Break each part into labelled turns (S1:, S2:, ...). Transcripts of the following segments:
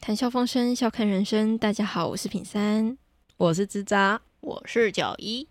S1: 谈笑风生，笑看人生。大家好，我是品三。
S2: 我是吱喳。
S3: 我是九一，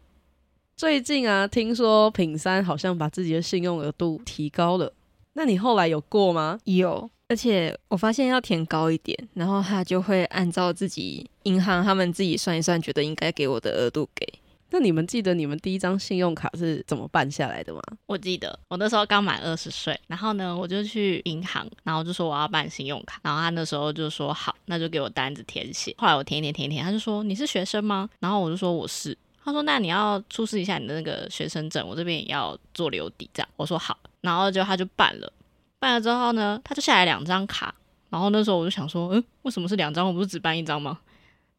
S2: 最近啊，听说品三好像把自己的信用额度提高了，那你后来有过吗？
S1: 有，而且我发现要填高一点，然后他就会按照自己银行他们自己算一算，觉得应该给我的额度给。
S2: 那你们记得你们第一张信用卡是怎么办下来的吗？
S3: 我记得我那时候刚满二十岁，然后呢，我就去银行，然后我就说我要办信用卡，然后他那时候就说好，那就给我单子填写。后来我填一填填一填，他就说你是学生吗？然后我就说我是。他说那你要出示一下你的那个学生证，我这边也要做留底这样。我说好，然后就他就办了，办了之后呢，他就下来两张卡，然后那时候我就想说，嗯，为什么是两张？我不是只办一张吗？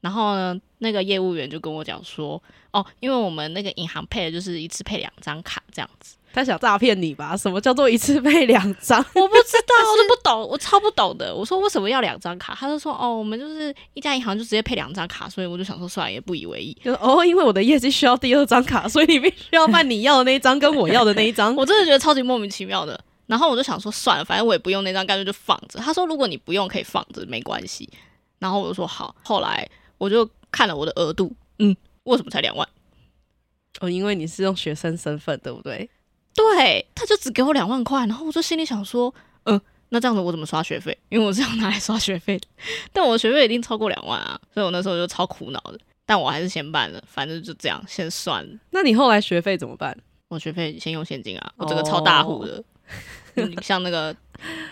S3: 然后呢，那个业务员就跟我讲说，哦，因为我们那个银行配的就是一次配两张卡这样子。
S2: 他想诈骗你吧？什么叫做一次配两张？
S3: 我不知道，啊我都不懂，我超不懂的。我说为什么要两张卡？他就说哦，我们就是一家银行就直接配两张卡，所以我就想说算了，也不以为意。
S2: 就是哦，因为我的业绩需要第二张卡，所以你必须要办你要的那一张跟我要的那一张。
S3: 我真的觉得超级莫名其妙的。然后我就想说算了，反正我也不用那张，干脆就放着。他说如果你不用可以放着，没关系。然后我就说好。后来我就看了我的额度，嗯，为什么才两万？
S2: 哦，因为你是用学生身份，对不对？
S3: 对，他就只给我两万块，然后我就心里想说，嗯、那这样子我怎么刷学费？因为我是要拿来刷学费的，但我的学费一定超过两万啊，所以我那时候就超苦恼的。但我还是先办了，反正就这样，先算了。
S2: 那你后来学费怎么办？
S3: 我学费先用现金啊，
S2: 哦
S3: 我这个超大户的，嗯像那个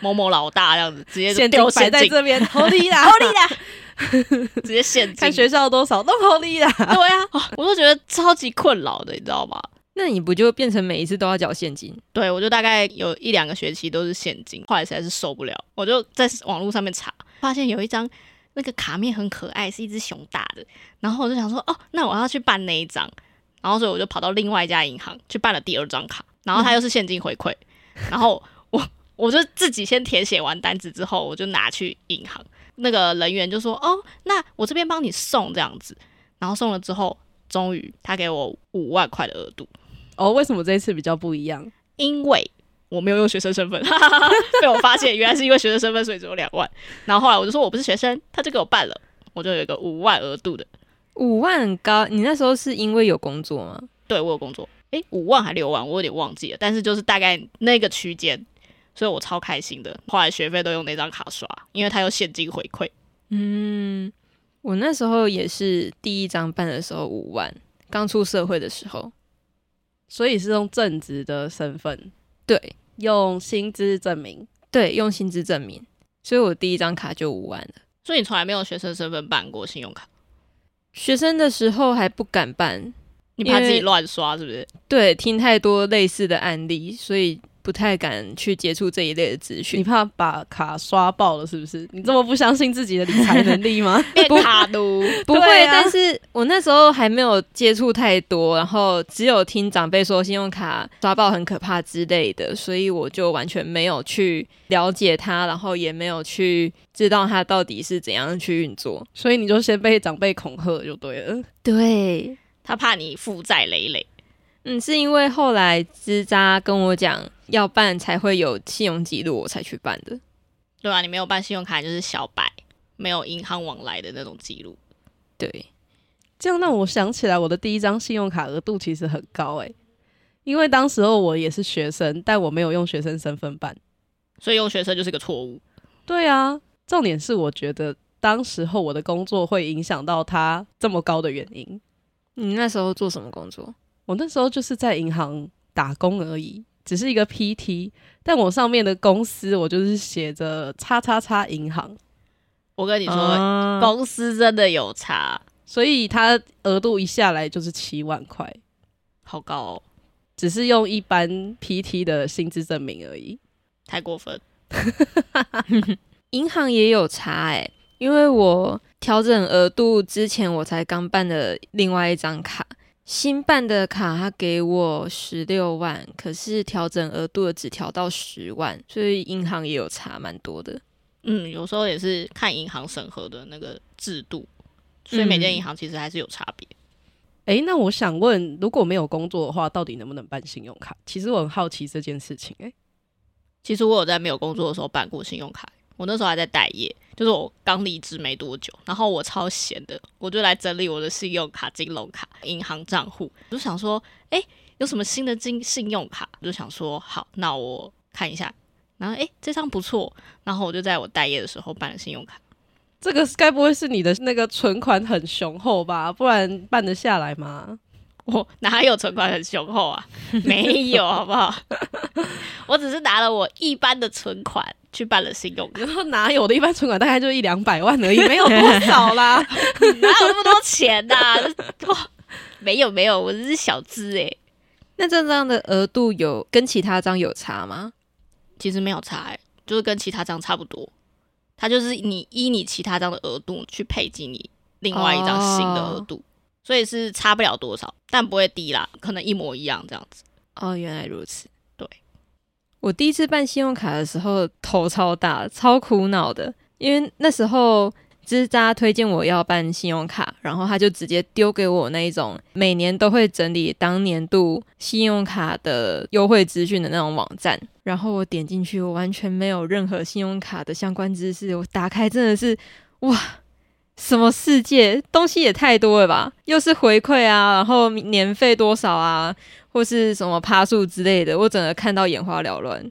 S3: 某某老大这样子，直接就
S2: 现
S3: 丢
S2: 摆
S3: 现
S2: 在
S3: 金，
S2: 这边，合理 啦，
S3: 合理啦， 直接现
S2: 看
S3: 金。
S2: 学校多少都合理啦。
S3: 对啊，我都觉得超级困扰的，你知道吗？
S1: 那你不就变成每一次都要缴现金？
S3: 对，我就大概有一两个学期都是现金，后来实在是受不了，我就在网络上面查，发现有一张那个卡面很可爱，是一只熊大的，然后我就想说，哦，那我要去办那一张，然后所以我就跑到另外一家银行去办了第二张卡，然后它又是现金回馈，然后我我就自己先填写完单子之后，我就拿去银行，那个人员就说，哦，那我这边帮你送这样子，然后送了之后，终于他给我五万块的额度。
S2: 哦，为什么这一次比较不一样？
S3: 因为我没有用学生身份，哈 哈哈被我发现原来是因为学生身份，所以只有两万。然后后来我就说我不是学生，他就给我办了，我就有一个五万额度的，
S1: 五万很高，你那时候是因为有工作吗？
S3: 对我有工作，诶，五万还六万，我有点忘记了，但是就是大概那个区间，所以我超开心的。后来学费都用那张卡刷，因为它有现金回馈。
S1: 嗯，我那时候也是第一张办的时候五万，刚出社会的时候。
S2: 所以是用正职的身份，
S1: 对
S2: 用薪资证明。
S1: 对，用薪资证明，所以我第一张卡就五万了。
S3: 所以你从来没有学生身份办过信用卡，
S1: 学生的时候还不敢办，
S3: 你怕自
S1: 因
S3: 己
S1: 为
S3: 乱刷是不 是？
S1: 对，听太多类似的案例，所以不太敢去接触这一类的资
S2: 你
S1: 讯。
S2: 怕把卡刷爆了是不是？你这么不相信自己的理财能力吗？
S3: 变卡奴，
S1: 不会，
S2: 对啊
S1: 但是我那时候还没有接触太多，然后只有听长辈说信用卡刷爆很可怕之类的，所以我就完全没有去了解它，然后也没有去知道它到底是怎样去运作。
S2: 所以你就先被长辈恐吓就对了。
S1: 对，
S3: 他怕你负债累累。
S1: 嗯，是因为后来支扎跟我讲要办才会有信用记录，我才去办的。
S3: 对啊，你没有办信用卡你就是小白，没有银行往来的那种记录。
S1: 对，
S2: 这样让我想起来，我的第一张信用卡额度其实很高诶、因为当时候我也是学生，但我没有用学生身份办。
S3: 所以用学生就是个错误。
S2: 对啊，重点是我觉得当时候我的工作会影响到它这么高的原因。
S1: 你那时候做什么工作？
S2: 我那时候就是在银行打工而已，只是一个 PT，但我上面的公司我就是写着“叉叉叉银行
S3: 我跟你
S1: 你
S3: 说，
S1: 说高
S3: 公司真的有差，”，
S2: 所以它额度一下来就是七万块，
S3: 好高哦，
S2: 只是用一般 PT 的薪资证明而已。
S3: 太过分。
S1: 银行也有查哎、因为我调整额度之前，我才刚办的另外一张卡，新办的卡他给我十六万，可是调整额度的只调到十万，所以银行也有查蛮多的。
S3: 嗯，有时候也是看银行审核的那个制度，所以每间银行其实还是有差别。
S2: 诶，那我想问，如果没有工作的话，到底能不能办信用卡？其实我很好奇这件事情、诶，
S3: 其实我有在没有工作的时候办过信用卡，我我那时候还在待业，就是我刚离职没多久，然后我超闲的，我就来整理我的信用卡、金融卡、银行账户，我就想说，哎、有什么新的金信用卡？我就想说，好，那我看一下。然后哎、这张不错，然后我就在我待业的时候办了信用卡。
S2: 这个该不会是你的那个存款很雄厚吧？不然办得下来吗？
S3: 我哪有存款很雄厚啊？没有，好不好？ 我只是拿了我一般的存款去办了信用卡，
S2: 然后哪有的一般存款大概就一两百万而已，没有多少啦。
S3: 哪有那么多钱呐、 哇，没有没有，我这是小资欸诶、
S1: 那这张的额度有跟其他张有差吗？
S3: 其实没有差、欸，就是跟其他张差不多。它就是你依你其他张的额度去配给你另外一张新的额度，所以是差不了多少，但不会低啦，可能一模一样这样子。
S1: 哦，原来如此。
S3: 对，
S1: 我第一次办信用卡的时候头超大，超苦恼的，因为那时候就是大家推荐我要办信用卡，然后他就直接丢给我那一种每年都会整理当年度信用卡的优惠资讯的那种网站，然后我点进去，我完全没有任何信用卡的相关知识，我打开真的是哇。什么世界？东西也太多了吧！又是回馈啊，然后年费多少啊，或是什么趴数之类的，我整个看到眼花缭乱。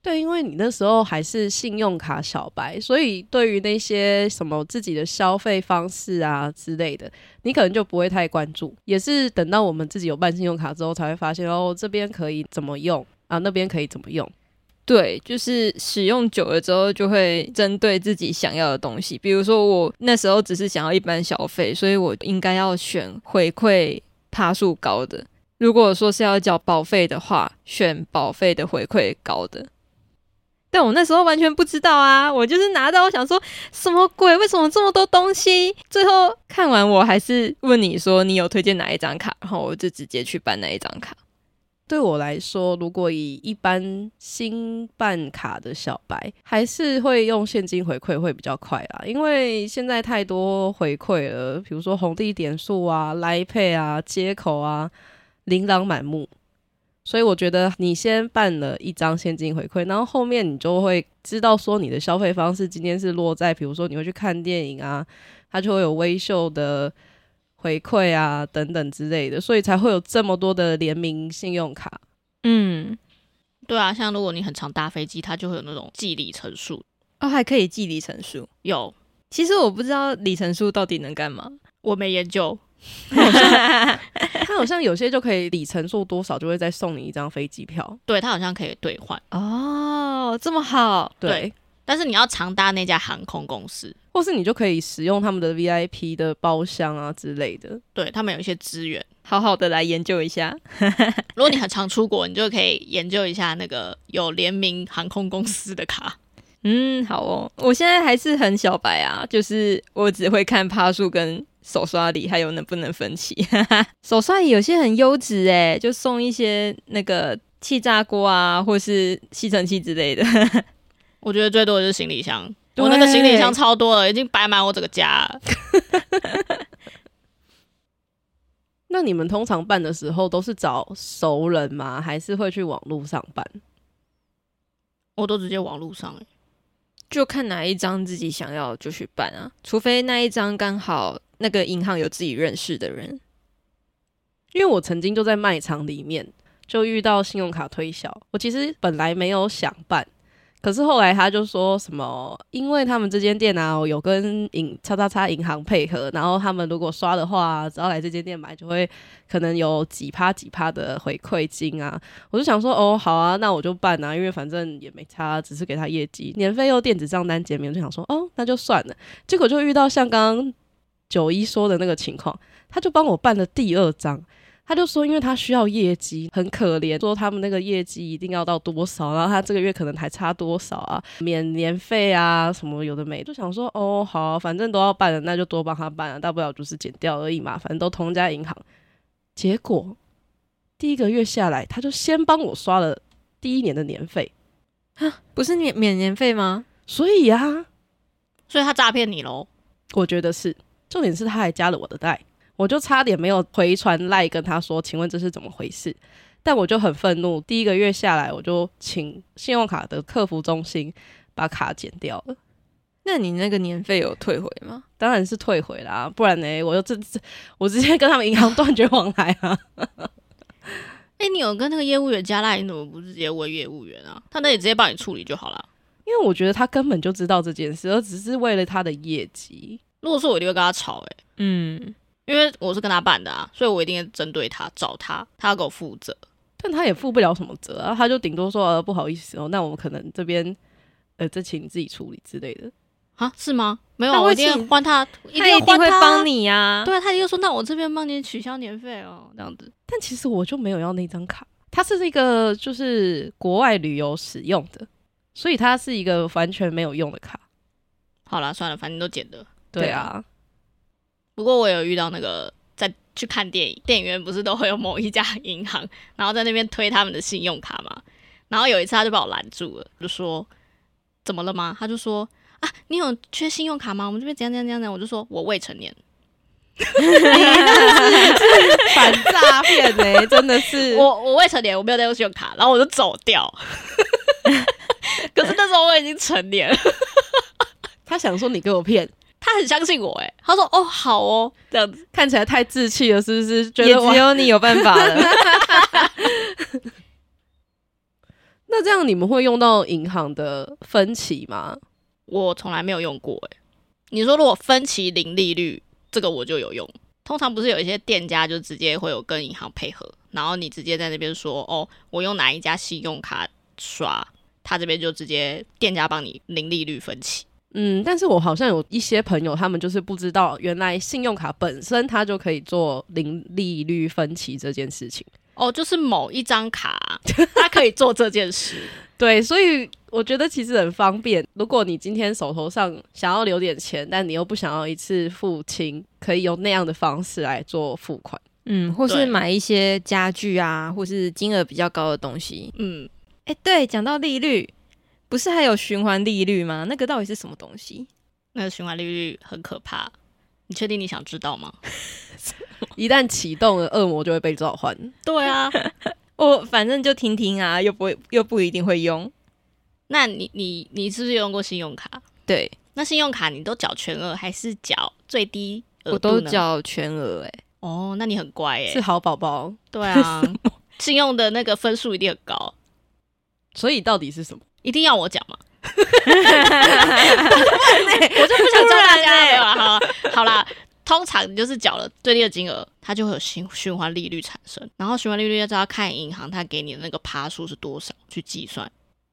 S2: 对，因为你那时候还是信用卡小白，所以对于那些什么自己的消费方式啊之类的，你可能就不会太关注。也是等到我们自己有办信用卡之后，才会发现哦，这边可以怎么用啊，那边可以怎么用。
S1: 对，就是使用久了之后，就会针对自己想要的东西。比如说，我那时候只是想要一般消费，所以我应该要选回馈趴数高的。如果说是要缴保费的话，选保费的回馈高的。但我那时候完全不知道啊，我就是拿到，我想说什么鬼？为什么这么多东西？最后看完，我还是问你说你有推荐哪一张卡，然后我就直接去办那一张卡。
S2: 对我来说，如果以一般新办卡的小白，还是会用现金回馈会比较快啦，因为现在太多回馈了，比如说红地点数啊、来配啊、接口啊，琳琅满目。所以我觉得你先办了一张现金回馈，然后后面你就会知道说你的消费方式今天是落在，比如说你会去看电影啊，它就会有微秀的回馈啊等等之类的，所以才会有这么多的联名信用卡。
S1: 嗯，
S3: 对啊，像如果你很常搭飞机，它就会有那种计里程数。
S1: 哦，还可以记里程数。
S3: 有，
S1: 其实我不知道里程数到底能干嘛。
S3: 我没研究，
S2: 它好像有些就可以里程数多少就会再送你一张飞机票。
S3: 对它好像可以兑换，
S1: 哦，这么好，
S2: 对。
S3: 对但是你要常搭那家航空公司，
S2: 或是你就可以使用他们的 VIP 的包厢啊之类的，
S3: 对他们有一些资源。
S1: 好好的来研究一下。
S3: 如果你很常出国，你就可以研究一下那个有联名航空公司的卡。
S1: 嗯，好哦，我现在还是很小白啊，就是我只会看趴数跟手刷礼，还有能不能分期。 手刷礼有些很优质诶，就送一些那个气炸锅啊，或是吸尘器之类的。
S3: 我觉得最多的就是行李箱，
S2: 对
S3: 我那个行李箱超多了，已经摆满我整个家了。
S2: 那你们通常办的时候都是找熟人吗？还是会去网络上办？
S3: 我都直接网络上、欸，
S1: 就看哪一张自己想要就去办啊，除非那一张刚好那个银行有自己认识的人。
S2: 因为我曾经就在卖场里面就遇到信用卡推销，我其实本来没有想办，可是后来他就说什么，因为他们这间店啊有跟银叉叉叉银行配合，然后他们如果刷的话，只要来这间店买就会可能有几趴几趴的回馈金啊。我就想说，哦，好啊，那我就办啊，因为反正也没差，只是给他业绩，年费又电子账单减免，我就想说，哦，那就算了。结果就遇到像刚刚九一说的那个情况，他就帮我办了第二张。他就说，因为他需要业绩，很可怜，说他们那个业绩一定要到多少，然后他这个月可能还差多少啊，免年费啊，什么有的没，就想说，哦，好啊、反正都要办了，那就多帮他办啊，大不了就是减掉而已嘛，反正都同一家银行。结果第一个月下来，他就先帮我刷了第一年的年费，
S1: 不是免免年费吗？
S2: 所以啊，
S3: 所以他诈骗你喽。
S2: 我觉得是，重点是他还加了我的赖，我就差点没有回传赖跟他说，请问这是怎么回事？但我就很愤怒，第一个月下来，我就请信用卡的客服中心把卡剪掉了。
S1: 那你那个年费有退回吗？
S2: 当然是退回啦，不然呢，我就这这，我直接跟他们银行断绝往来啊。
S3: 哎、你有跟那个业务员加赖，你怎么不直接问业务员啊？他那里直接帮你处理就好了。
S2: 因为我觉得他根本就知道这件事，而只是为了他的业绩。
S3: 如果说我一定会跟他吵、欸，
S1: 嗯，
S3: 因为我是跟他办的啊，所以我一定会针对他找他，他要给我负责。
S2: 但他也负不了什么责啊，他就顶多说、呃、不好意思哦，那我们可能这边呃，这请你自己处理之类的。
S3: 啊，是吗？没有啊，
S1: 他会
S3: 我一定
S1: 请
S3: 会换他，一
S1: 他一定
S3: 换
S1: 会
S3: 他
S1: 帮。你呀、
S3: 对啊，他一定会说，那我这边帮你取消年费哦，这样子。
S2: 但其实我就没有要那张卡，它是一个就是国外旅游使用的，所以它是一个完全没有用的卡。
S3: 好啦，算了，反正都剪的。
S2: 对
S1: 对
S2: 啊，
S3: 不过我有遇到那个在去看电影，电影院不是都会有某一家银行，然后在那边推他们的信用卡嘛。然后有一次他就把我拦住了，就说怎么了吗？他就说啊，你有缺信用卡吗？我们这边怎样怎样怎样怎样。我就说我未成年，
S2: 啊 反诈骗欸呢， 真的是
S3: 我我未成年，我没有带过信用卡，然后我就走掉。 可是那时候我已经成年了，
S2: 他想说你给我骗，
S3: 他很相信我哎、他说哦好哦这样子，
S2: 看起来太志气了，是不是？觉
S1: 也
S2: 得哇
S1: 只，有你有办法 了。
S2: 那这样你们会用到银行的分期吗？
S3: 我从来没有用过哎、你说如果分期零利率这个我就有用，通常不是有一些店家就直接会有跟银行配合，然后你直接在那边说哦我用哪一家信用卡刷，他这边就直接店家帮你零利率分期。
S2: 嗯，但是我好像有一些朋友，他们就是不知道，原来信用卡本身它就可以做零利率分期这件事情。
S3: 哦，就是某一张卡，他可以做这件事。
S2: 对，所以我觉得其实很方便。如果你今天手头上想要留点钱，但你又不想要一次付清，可以用那样的方式来做付款。
S1: 嗯，或
S3: 对
S1: 是买一些家具啊，或是金额比较高的东西。
S3: 嗯，
S1: 哎、对，讲到利率，不是还有循环利率吗？那个到底是什么东西？
S3: 那个循环利率很可怕。你确定你想知道吗？
S2: 一旦启动了，恶魔就会被召唤。
S3: 对啊，
S1: 我反正就听听啊，又不会又不一定会用。
S3: 那你你你是不是用过信用卡？
S1: 对
S3: 那信用卡你都缴全额还是缴最低额
S1: 我
S3: 度
S1: 都
S3: 呢
S1: 缴全额哎、
S3: 哦，那你很乖哎、
S2: 是好宝宝。
S3: 对 啊，信用的那个分数一定很高，
S2: 所以到底是什么？
S3: 一定要我讲嘛。我就不想教大家了没有啦，好啦好啦。通常你就是缴了最低的金额，它就会有循循环利率产生，然后循环利率就要看银行它给你的那个趴数是多少去计算。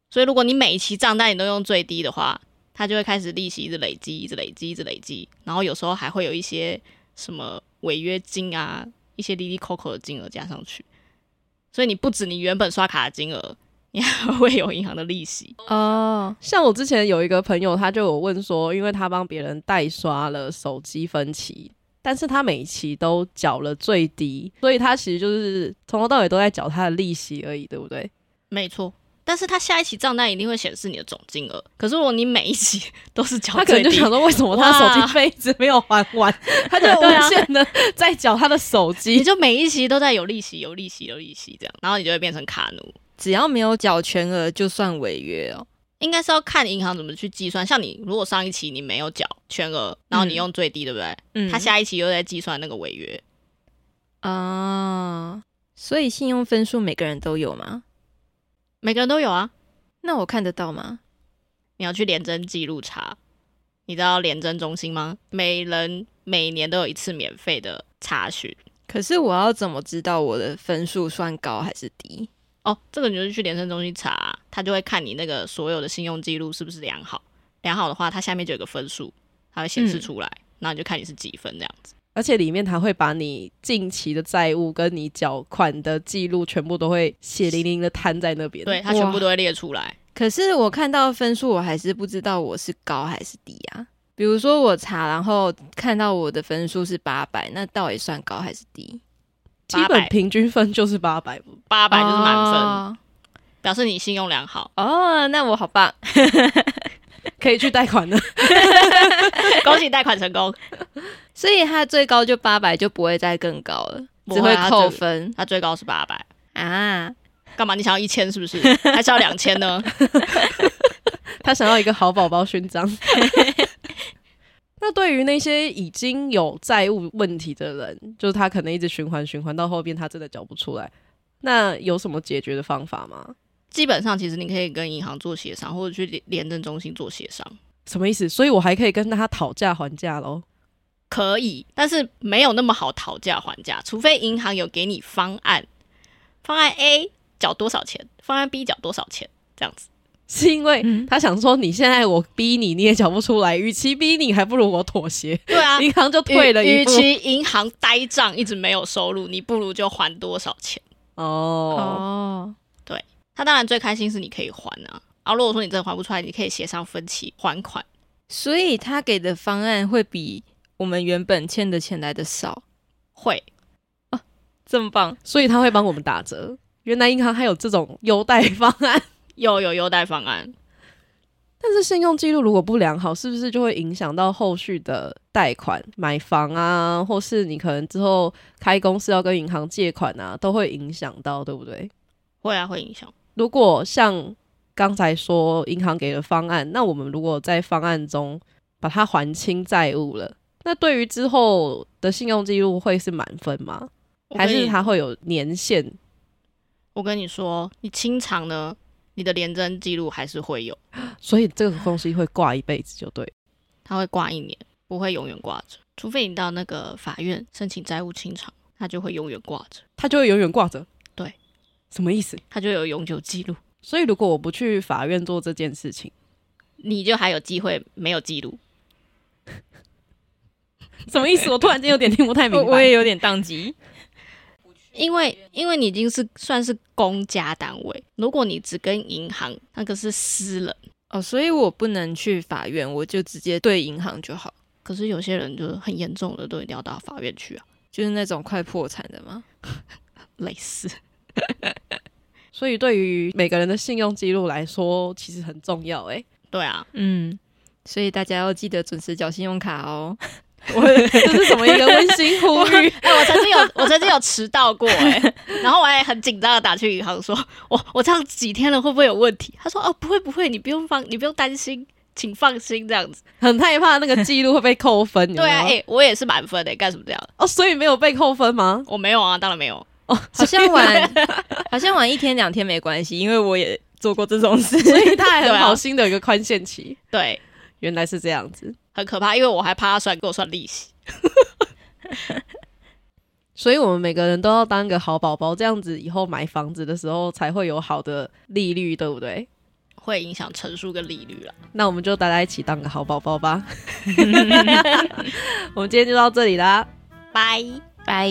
S3: 所以如果你每一期账单你都用最低的话，它就会开始利息一直累积，一直累积，一直累积，然后有时候还会有一些什么违约金啊，一些滴滴扣扣的金额加上去。所以你不止你原本刷卡的金额， 你还会有银行的利息。
S1: 哦，
S2: 像我之前有一个朋友，他就有问说，因为他帮别人代刷了手机分期，但是他每一期都缴了最低，所以他其实就是从头到尾都在缴他的利息而已，对不对？
S3: 没错，但是它下一期账单一定会显示你的总金额。可是如果你每一期 都是缴
S2: 他可能
S3: 最
S2: 就
S3: 低
S2: 想，说，为什么他手机费一直没有还 完，他就
S3: 对啊
S2: 无限的在缴他的手
S3: 你
S2: 机。
S3: 就每一期都在有利息、有利息、有利息这样，然后你就会变成卡奴。
S1: 只要没有缴全额就算违约哦。
S3: 应该是要看银行怎么去计算。像你如果上一期你没有缴全额，然后你用最低，对不对？
S1: 嗯
S3: 他下一期又在计算那个违约。
S1: 啊、所以信用分数每个人都有吗？
S3: 每个人都有啊，
S1: 那我看得到吗？
S3: 你要去廉政记录查。你知道廉政中心吗？每人每年都有一次免费的查询。
S1: 可是我要怎么知道我的分数算高还是低？
S3: 哦，这个你就是去廉政中心查、啊他就会看你那个所有的信用记录是不是良好。良好的话，它下面就有个分数，它会显示
S1: 嗯
S3: 出来，然后你就看你是几分这样子。
S2: 而且里面他会把你近期的债务跟你缴款的记录全部都会血淋淋的摊在那边。
S3: 对，它全部
S1: 哇
S3: 都会列出来。
S1: 可是我看到分数，我还是不知道我是高还是低啊。比如说我查，然后看到我的分数是八百，那到底算高还是低？
S2: 基本平均分就是八百不
S3: 八百就是满分，
S1: 哦。
S3: 表示你信用良好
S1: 哦，那我好棒。
S2: 可以去贷款的。
S3: 恭喜贷款成功，
S1: 所以它最高就八百，就不会再更高了，
S3: 不
S1: 只
S3: 会
S1: 会
S3: 啊
S1: 扣
S3: 这
S1: 分
S3: 它最高是八百。
S1: 啊。
S3: 干嘛？你想要一千是不是？还是要两千呢？
S2: 他想要一个好宝宝勋 章。那对于那些已经有债务问题的人，就是他可能一直循环循环到后边，他真的缴不出来，那有什么解决的方法吗？
S3: 基本上，其实你可以跟银行做协商，或者去廉廉政中心做协商，
S2: 什么意思？所以我还可以跟他讨价还价喽。
S3: 可以，但是没有那么好讨价还价，除非银行有给你方案，方案 A 缴多少钱，方案 B 缴多少钱，这样子。
S2: 是因为
S1: 嗯
S2: 他想说，你现在我逼你，你也缴不出来，与其逼你，还不如我妥协，
S3: 对 啊，
S2: 银行就退了
S3: 与
S2: 一
S3: 与
S2: 步。
S3: 其银行呆账一直没有收入，你不如就还多少钱。
S2: 哦，
S1: 哦，
S3: 他当然最开心是你可以还啊。啊，如果说你真的还不出来，你可以协商分期还款。
S1: 所以他给的方案会比我们原本欠的钱来的少，
S3: 会，
S1: 这么棒！
S2: 所以他会帮我们打折。原来银行还有这种优待方案，
S3: 有有优待方案，
S2: 但是信用记录如果不良好，是不是就会影响到后续的贷款、买房啊，或是你可能之后开公司要跟银行借款啊，都会影响到，对不对？
S3: 会啊，会影响。
S2: 如果像刚才说银行给的方案，那我们如果在方案中把它还清债务了，那对于之后的信用记录会是满分吗？
S3: 我
S2: 还
S3: 跟
S2: 是
S3: 你
S2: 它会有年限？
S3: 我跟你说，你清偿呢，你的廉征记录还是会有，
S2: 所以这个东西会挂一辈子就对了。
S3: 它会挂一年，不会永远挂着，除非你到那个法院申请债务清偿，它就会永远挂着，
S2: 它就会永远挂着。
S3: 对，
S2: 什么意思？
S3: 它就有永久记录，
S2: 所以如果我不去法院做这件事 情，
S3: 你就还有机会没有记录。
S2: 什么意思？我突然间有点听不太明
S1: 我
S2: 白。
S1: 我也有点宕机。
S3: 因为因为你已经是算是公家单位，如果你只跟银行，那个是私人。
S1: 哦，所以我不能去法院，我就直接对银行就好，
S3: 可是有些人就是很严重的，都一定要到法院去啊，
S1: 就是那种快破产的嘛。
S3: 类似。
S2: 所以对于每个人的信用记录来说，其实很重要、 欸。
S3: 对啊，
S1: 嗯，所以大家要记得准时缴信用卡 哦。
S2: 我这是什么一个温馨呼吁？
S3: 哎、我曾经有我曾经有迟到过哎、然后我还很紧张的打去银行说，我我这样几天了会不会有问题？他说哦不会不会，你不用放你不用担心，请放心这样子。
S2: 很害怕那个记录会被扣分。有没有
S3: 对啊，哎、我也是满分的、干什么这样？
S2: 哦，所以没有被扣分 吗？
S3: 我没有啊，当然没有。
S1: 好像玩， 好像玩一天两天没关系，因为我也做过这种事。
S2: 所以他还
S3: 对
S2: 很
S3: 啊
S2: 好心的有一个宽限期。
S3: 对，
S2: 原来是这样子，
S3: 很可怕，因为我还怕他算给我算利息。
S2: 所以我们每个人都要当个好宝宝，这样子以后买房子的时候才会有好的利率，对不对？
S3: 会影响成数跟利率了。
S2: 那我们就大家一起当个好宝宝 吧。我们今天就到这里啦。
S3: 拜。
S1: 拜。